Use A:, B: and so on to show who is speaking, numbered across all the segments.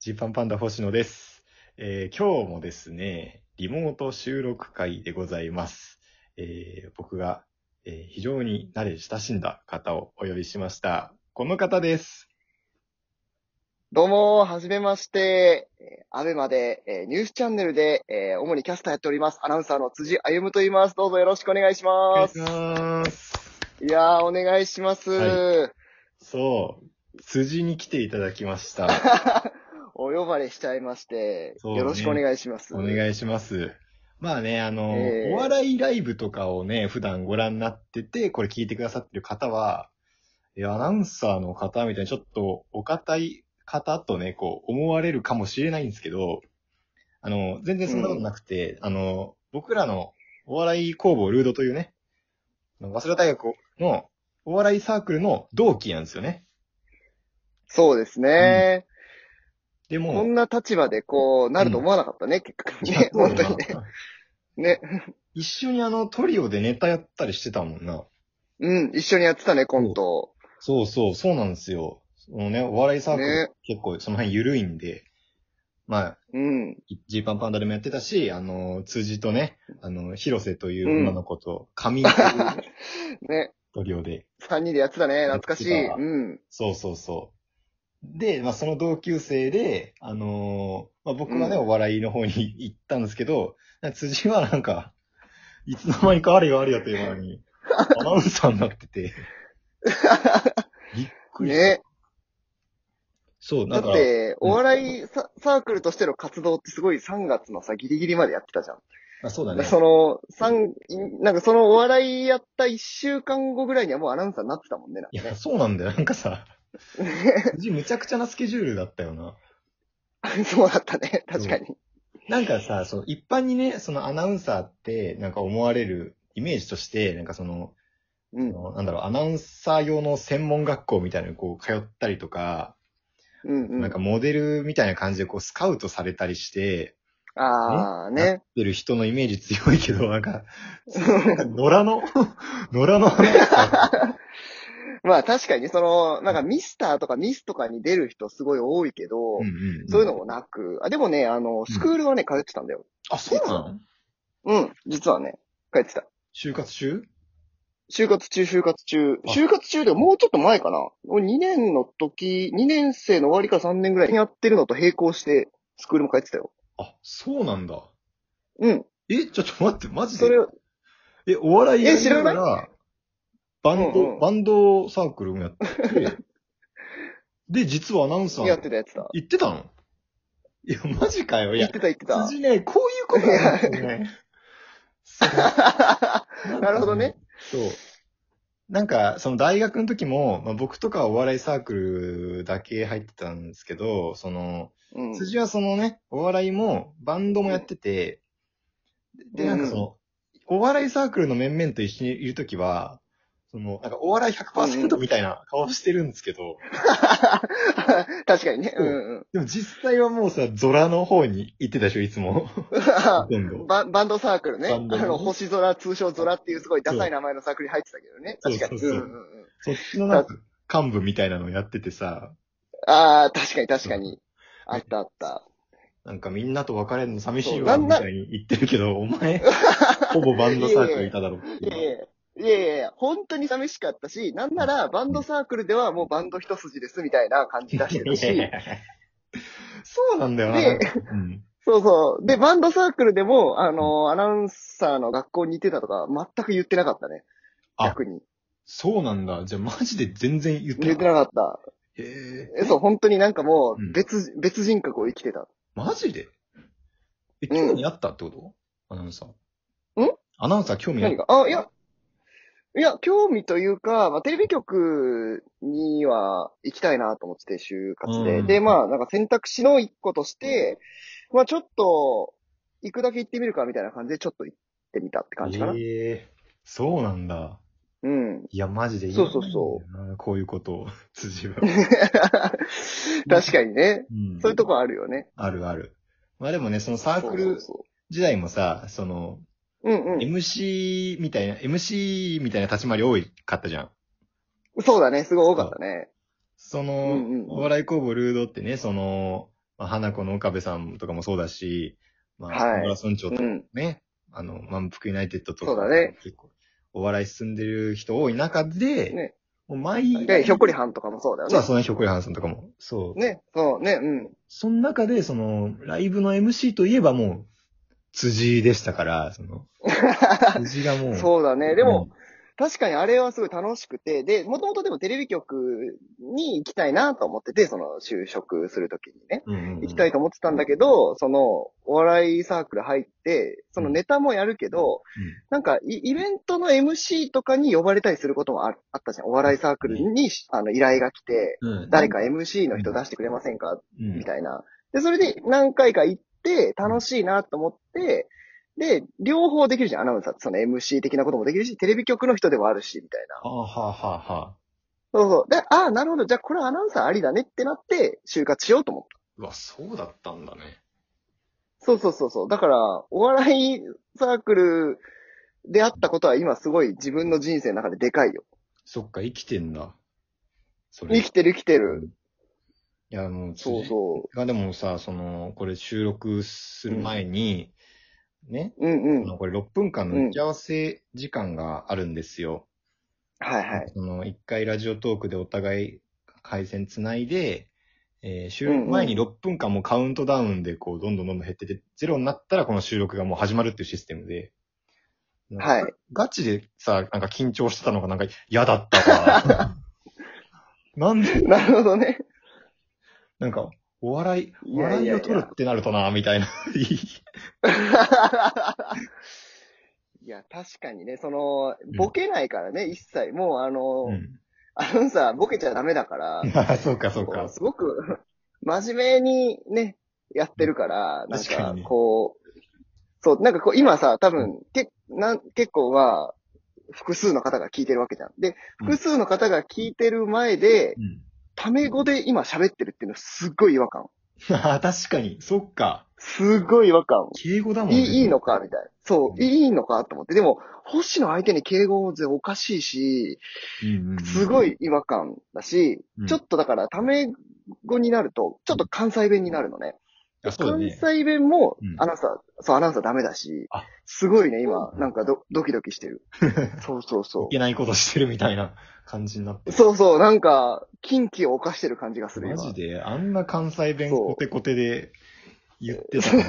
A: ジーパンパンダ星野です。えー今日もですね、リモート収録会でございます。えー僕が、えー非常に慣れ親しんだ方をお呼びしました。この方です。
B: どうも、はじめまして。えーアベマで、えーニュースチャンネルで、えー主にキャスターやっております。アナウンサーの辻歩夢と言います。どうぞよろしくお願いし
A: お
B: ます。
A: ます。
B: いやー、お願いします。
A: はそう、辻に来ていただきました。
B: お呼ばれしちゃいまして、
A: そうね
B: よろしくお願いします。
A: お願いします。まあね、あの、
B: えー
A: お笑いライブとかをね、普段ご覧になってて、これ聞いてくださってる方は、いやアナウンサーの方みたいにちょっとお堅い方とね、こう思われるかもしれないんですけど、あの、全然そんなことなくて、あの、僕らのお笑い工房ルードというね、あの早稲田大学のお笑いサークルの同期なんですよね。
B: そうですね、
A: でも、
B: こんな立場でこう、なると思わなかったね、結局
A: いや
B: ね。 本当
A: そ
B: に
A: うだ
B: ね。
A: よな
B: ね。
A: 一緒にあのトリオでネタやったりしてたもんな。
B: うん、一緒にやってたね、コント。
A: そうそう、そうなんですよ。そのね、お笑いサークル、
B: ね
A: 結構その辺緩いんで、まあ、
B: うん。
A: ジーパンパンダでもやってたし、あの、辻とね、あの、広瀬という
B: うん
A: 女の子と、神という
B: ね。
A: トリオで、
B: 三人でやってたね。懐かしい。
A: やってた
B: うん。
A: そうそうそう。で、まあ、その同級生で、あのーまあ、僕はね、
B: うん
A: お笑いの方に行ったんですけど、なんか辻はなんか、いつの間にかあれよあれよという間に、アナウンサーになってて、 びっくりした。
B: ね。
A: そう、
B: だ
A: だ
B: っ
A: から、
B: て、お笑いササークルとしての活動ってすごい3月のさ、ギリギリまでやってたじゃん。
A: あそうだね。
B: その、三、なんかそのお笑いやった1週間後ぐらいにはもうアナウンサーになってたもんね。なん
A: い
B: か
A: や、そうなんだよ。なんかさ、うちむちゃくちゃなスケジュールだったよな。
B: ね そうだったね。確かに。
A: なんかさ、その一般にね、そのアナウンサーって、なんか思われるイメージとして、なんかその、
B: うん。
A: そのなんだろう、アナウンサー用の専門学校みたいなのにこう通ったりとか、
B: うんう
A: なん
B: ん
A: か。モデルみたいな感じでこうスカウトされたりして、
B: あーね。
A: 出る人のイメージ強いけど、なんか、野良の、 野 良のアナウンサ
B: まあ確かにその、なんかミスターとかミスとかに出る人すごい多いけど、
A: ー。んんん
B: そういうのもなく、あ、でもね、あの、スクールはね、通ってたんだよ。
A: あ、そうなの
B: うん、実はね、通ってた。
A: 就活中
B: 就活中、就活中。
A: あ
B: 就活中でももうちょっと前かな。2年の時、2年生の終わりか3年ぐらいにやってるのと並行して、スクールも帰ってたよ。
A: あ、そうなんだ。
B: うん。
A: え、ちょっと待って、マジで
B: それ、
A: え、お笑いや
B: え
A: り
B: 知
A: な
B: ら
A: が
B: ない
A: ら、バンド、
B: うんうん
A: バンドサークルもやって、で、実はアナウンサー
B: やってたやってた。
A: 行ってたのいや、マジかよ。い
B: 言
A: や
B: っ、てた言ってた。
A: 辻ね、こういうことなんだよね。そう
B: なるほどね。
A: そう。なんか、その大学の時も、まあ、僕とかはお笑いサークルだけ入ってたんですけど、その、
B: うん。
A: 辻はそのね、お笑いも、バンドもやってて、で、なんかその、お笑いサークルの面々と一緒にいるときは、その、なんかお笑い100%みたいな顔してるんですけど、
B: 確かにね。うんうん
A: でも実際はもうさ、ゾラの方に行ってたでしょ、いつも。ほとんど。
B: バンバンドサークルね。
A: バ
B: あ
A: ンドね
B: の、星空、通称空っていうすごいダサい名前のサークルに入ってたけどね。
A: そう
B: 確かに。
A: そう
B: う
A: そ
B: ん
A: う
B: う
A: そうん
B: うん。
A: そっちのなんか、幹部みたいなのをやっててさ、
B: ああ、確かに確かに。あったあった。
A: なんかみんなと別れるの寂しい
B: そ
A: わ、
B: うな
A: み
B: んな
A: たいに言ってるけど、お 前、ほぼバンドサークルいただろって
B: いやいやいやいやいや、本当に寂しかったし、なんならバンドサークルではもうバンド一筋ですみたいな感じ出して た
A: いや
B: し
A: い、やいやそうなんだよな。
B: で
A: うん
B: そうそう。で、バンドサークルでも、あの、アナウンサーの学校に行ってたとか、全く言ってなかったね。
A: あ
B: 逆に。
A: そうなんだ。じゃあマジで全然言って
B: 言
A: な
B: って
A: かっ
B: なかった。
A: た。へえ。
B: えそう、本当になんかも
A: うん
B: う、別、別人格を生きてた。
A: マジでえ、
B: うん
A: 興味あったってこと、アナウンサー。
B: ん
A: アナウンサー興味あっ
B: 何
A: た
B: があ、いや、いや、興味というか、まあ、テレビ局には行きたいなと思ってて、就活で。
A: うん
B: で、まあ、なんか選択肢の一個として、まあ、ちょっと、行くだけ行ってみるかみたいな感じで、ちょっと行ってみたって感じかな。
A: ええそうなんだ。
B: うん。
A: いや、マジで。
B: そうそうそう
A: こういうこと を、辻は。
B: 確かにね。
A: うん
B: そういうとこあるよね。
A: あるある。まあでもね、そのサーク
B: そう
A: ル
B: そ
A: 時代もさ、その、
B: うそううんうん。
A: MC みたいな、MC みたいな立ち回り多かったじゃん。
B: そうだね、すごい多かったね。
A: そ
B: うん
A: の、
B: うんうん
A: お笑い工房ルードってね、その、まあ、花子の岡部さんとかもそうだし、まあ、
B: は
A: 小
B: い
A: 村村長と
B: う
A: か
B: ん。
A: ね、あの、満腹ユナイテッドとか、
B: そうだね。
A: 結構、お笑い進んでる人多い中で、
B: ね
A: もう毎
B: で、ひょっこり
A: ん。
B: はんとかもそうだよ
A: そう
B: ね。
A: だ、そのひょっこりはんさんとかも。そう。
B: ね、そうね、うん。
A: その中で、その、ライブの MC といえばもう、辻井でしたから、そ の、辻がもう。
B: そうだね。でも、
A: うん、
B: 確かにあれはすごい楽しくて、で、もともとでもテレビ局に行きたいなと思ってて、その就職するときにね。
A: うんうんうん
B: 行きたいと思ってたんだけど、その、お笑いサークル入って、そのネタもやるけど、なんかイ、イベントの MC とかに呼ばれたりすることもああったじゃん。お笑いサークルに、あの、依頼が来て、
A: うん。
B: 誰か MC の人出してくれませんか
A: うん、
B: みたいな。で、それで何回か行って、楽しいなと思って、で、両方できるじゃん、アナウンサー。その MC 的なこともできるし、テレビ局の人でもあるし、みたいな。
A: はあ、はあはあはあ、
B: そうそう。で、ああ、なるほど。じゃあ、これアナウンサーありだねってなって、就活しようと思った。
A: うわ、そうだったんだね。
B: そうそうそうそう。だから、お笑いサークルであったことは今すごい自分の人生の中ででかいよ。
A: そっか、生きてんだ。それ。
B: 生きてる生きてる。
A: いや、もう、
B: そう
A: う。
B: そ
A: が、でもさ、その、これ収録する前に、ね、
B: う。うんうん。
A: あのこれ6分間の打ち合わせ時間があるんですよ。
B: はいはい。
A: その、一回ラジオトークでお互い回線つないで、えー収録前に6分間もうカウントダウンでこう、どんどんどんどん減ってて、ゼロになったらこの収録がもう始まるっていうシステムで。
B: はい。
A: ガチでさ、なんか緊張してたのがなんか嫌だった わ。なんで、
B: なるほどね。
A: なんか、お笑い、
B: いやいやい
A: 笑い
B: や
A: を取るってなるとな、みたいな。
B: いや、確かにね、その、ボケないからね、一切。もう、あの、
A: うん
B: アナウンサーボケちゃダメだから、
A: あそうか、そう
B: こ
A: か
B: う。すごく真面目にね、やってるから、なん
A: 確か
B: か
A: にね
B: こう、そう、なんかこう今さ、多分、けなん結構は、複数の方が聞いてるわけじゃん。で、
A: うん
B: 複数の方が聞いてる前で、
A: うん、
B: タメ語で今喋ってるっていうのすっごい違和感。
A: あ確かに、そっか。
B: すっごい違和感。
A: 敬語だもん
B: い
A: ね。
B: い、いいのかみたいな。そうう、
A: ん
B: いいのかと思って。でも、星野相手に敬語でおかしいし、
A: うんうんうん
B: すごい違和感だし、
A: うん
B: ちょっとだから、タメ語になると、ちょっと関西弁になるのね。
A: あそうだ
B: 関
A: ね。
B: 西弁も
A: うん、
B: アナウンサー、そう、アナウンサーダメだし
A: あ、
B: すごいね、
A: そうな
B: 今
A: ん、だ
B: なんかドドキドキし てる。そうそうそ
A: いけないことしてるみたいな感じになって
B: う。。そうそう、なんか、近畿を犯してる感じがする、
A: マ
B: 今。
A: ジで、あんな関西弁
B: そう
A: コテコテで言ってたのに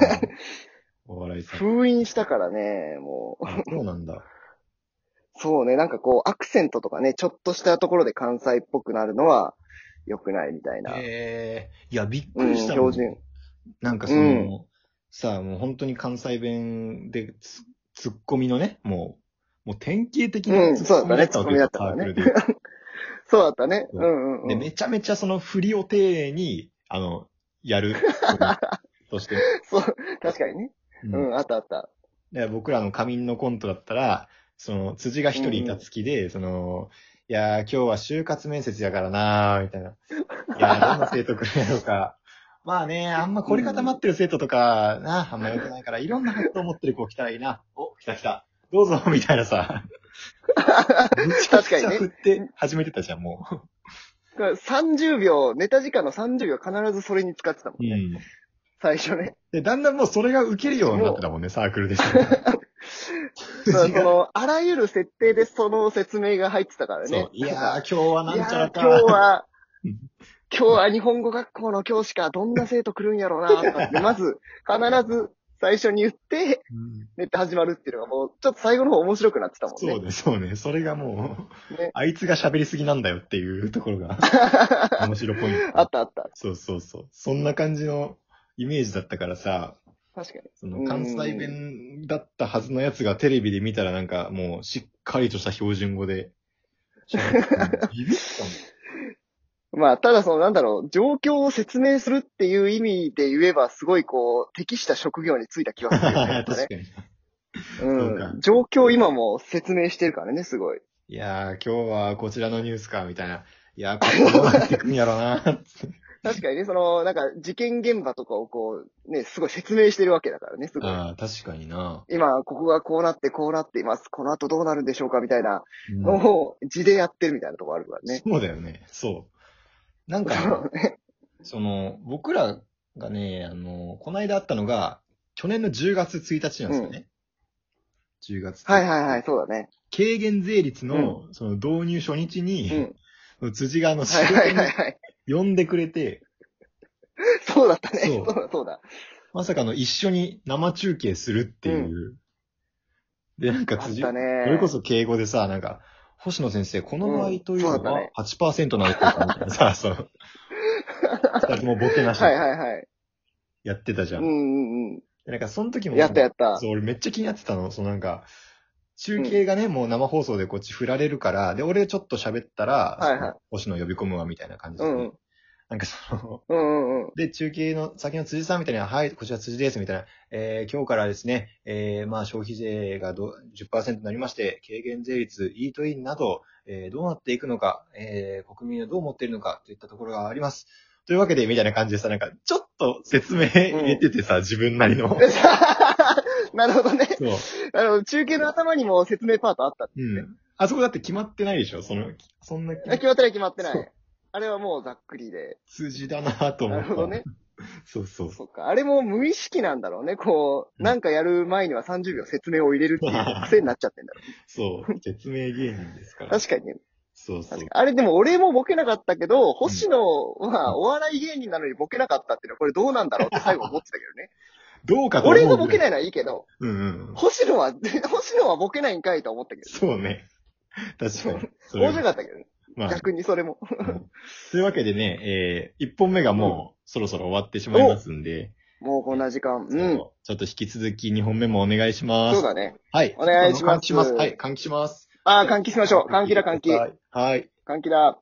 A: お笑いさん。
B: 封印したからね、もう。
A: あそうなんだ。
B: そうね、なんかこう、アクセントとかね、ちょっとしたところで関西っぽくなるのは、良くないみたいな。
A: ええいや、びっ
B: う
A: く
B: ん、
A: りしたもん
B: 標準。
A: なんかその、
B: うん
A: さあ、もう本当に関西弁でツ、ツッコミのね、もう、もう典型的
B: う
A: なんツッコミだったわけですよ、
B: そうだねツッコミだった
A: サークルで。
B: そうだったね。
A: そううん
B: うんう
A: で、
B: ん。
A: めちゃめちゃその振りを丁寧に、あの、やる。と して、
B: そう、確かにね。
A: う、
B: うんん、あったあった。
A: で僕らの仮眠のコントだったら、その、辻が一人いた月で、その、いやー、今日は就活面接やからなー、みたいな。い やー、どんな生徒来るやろうか。まあね、あんま凝り固まってる生徒とか、な、あんま良くないから、いろんな発想を持ってる子来たらいいな。お、来た来た。どうぞ、 みたいなさ。
B: 確かにね
A: 振って始めてたじゃん、も
B: 30秒、ネタ時間の30秒必ずそれに使ってたもん
A: う。う
B: ね。
A: ん。
B: 最初ね。
A: で、だんだんもうそれが受けるようになってたもんね、サークルで。
B: そうその、あらゆる設定でその説明が入ってたからね。
A: そう。いやー、今日はなん
B: いや
A: ちゃら
B: ー
A: か。
B: 今日は
A: うん、
B: 今日は日本語学校の教師か、どんな生徒来るんやろうな、とかって、まず、必ず最初に言って、
A: うん
B: ネタ始まるっていうのがもう、ちょっと最後の方面白くなってたもんね。
A: そうね、そうね。それがもう、
B: ね
A: あいつが喋りすぎなんだよっていうところ が、面白ポイン
B: あ
A: ト
B: っ。たあった。
A: そうそうそう。そんな感じのイメージだったからさ、
B: 確かに。
A: その関西弁だったはずのやつがテレビで見たらなんかもうしっかりとした標準語 で喋ってたの。ビビったもん
B: まあ、ただその、なんだろう、状況を説明するっていう意味で言えば、すごいこう、適した職業に就いた気がするよね。やっぱ
A: 確か
B: ね
A: に。そうか
B: うん。状況を今も説明してるからね、すごい。
A: いやー、今日はこちらのニュースか、みたいな。いやー、これどうなってくんやろう な。
B: 確かにね、その、なんか、事件現場とかをこう、ね、すごい説明してるわけだからね、すごい。
A: ああ、確かにな。
B: 今、ここがこうなって、こうなっています。この後どうなるんでしょうかみたいな
A: うん
B: のを、字でやってるみたいなとこあるからね。
A: そうだよね。そう。なん
B: そ
A: か、
B: うね。
A: その、僕らがね、あの、この間あったのが、去年の10月1日なんですよね。10月1日。
B: はいはいはい、そうだね。
A: 軽減税率の、その導入初日に、辻があの、
B: はいはいはいはい。
A: 呼んでくれて、
B: そうだったね。
A: そ
B: そううだそうだ。
A: まさかの一緒に生中継するっていう。で、なんか
B: あっ
A: 辻、
B: たね。
A: それこそ敬語でさ、なんか、星野先生、この場合という
B: うんそ
A: の
B: うだった
A: は
B: ね
A: 8%なんですかみたいなさ、そ の、二人もボケなし
B: はい
A: で
B: はいはい。
A: やってたじゃ。
B: うんんうんうん。
A: でなんか、その時も、
B: やったやった。
A: そう、俺めっちゃ気になってたの、そのなんか、中継がね、もう生放送でこっち振られるから、で、俺ちょっと喋ったら、
B: はいはい
A: 星野呼び込むわ、みたいな感じ
B: う
A: で、
B: んうん。
A: なんかその、
B: うんうんうん。
A: で、中継の先の辻さんみたいな、はい、こちら辻です、みたいな、えー今日からですね、えーまあ、消費税がど10%になりまして、軽減税率、イートインなど、えーどうなっていくのか、えー国民はどう思っているのか、といったところがあります。というわけで、みたいな感じでさ、なんか、ちょっと説明入れててさ、自分なりの。
B: なるほどね。
A: そう。
B: あの、中継の頭にも説明パートあった。
A: うん。あそこだって決まってないでしょその、そんな
B: あ決まってない決まってな
A: そう
B: い。あれはもうざっくりで。
A: 辻だなと思
B: な
A: った。
B: るほどね。。
A: そうそうそう。
B: そっか。あれも無意識なんだろうね。こ
A: う
B: う、
A: ん
B: なんかやる前には30秒説明を入れるっていう癖になっちゃってんだろ
A: そう。説明芸人ですか
B: う。
A: ら。
B: 確かにね。
A: そうそう
B: 確かに。。あれでも俺もボケなかったけど、星野はお笑い芸人なのにボケなかったっていうのはこれどうなんだろうって最後思ってたけどね。
A: どうかと思う。
B: 俺がボケ
A: い。
B: ないのはいいけど、
A: うんうん。
B: 星野は、 星野はボケないんかいと思ったけど。
A: そうね。確かに。それ
B: 面白かったけどね。
A: まあ、
B: 逆にそれも。
A: うんというわけでね、えー、1本目がもうそろそろ終わってしまいますんで、
B: もうこんな時間。う。
A: そうんちょっと引き続き2本目もお願いします。
B: そうだね。
A: はい。
B: お願いします
A: ちょっとあの換気します。はい、換気します。
B: ああ、換気しましょう。換気だ、換気。
A: はい。
B: 換気だ。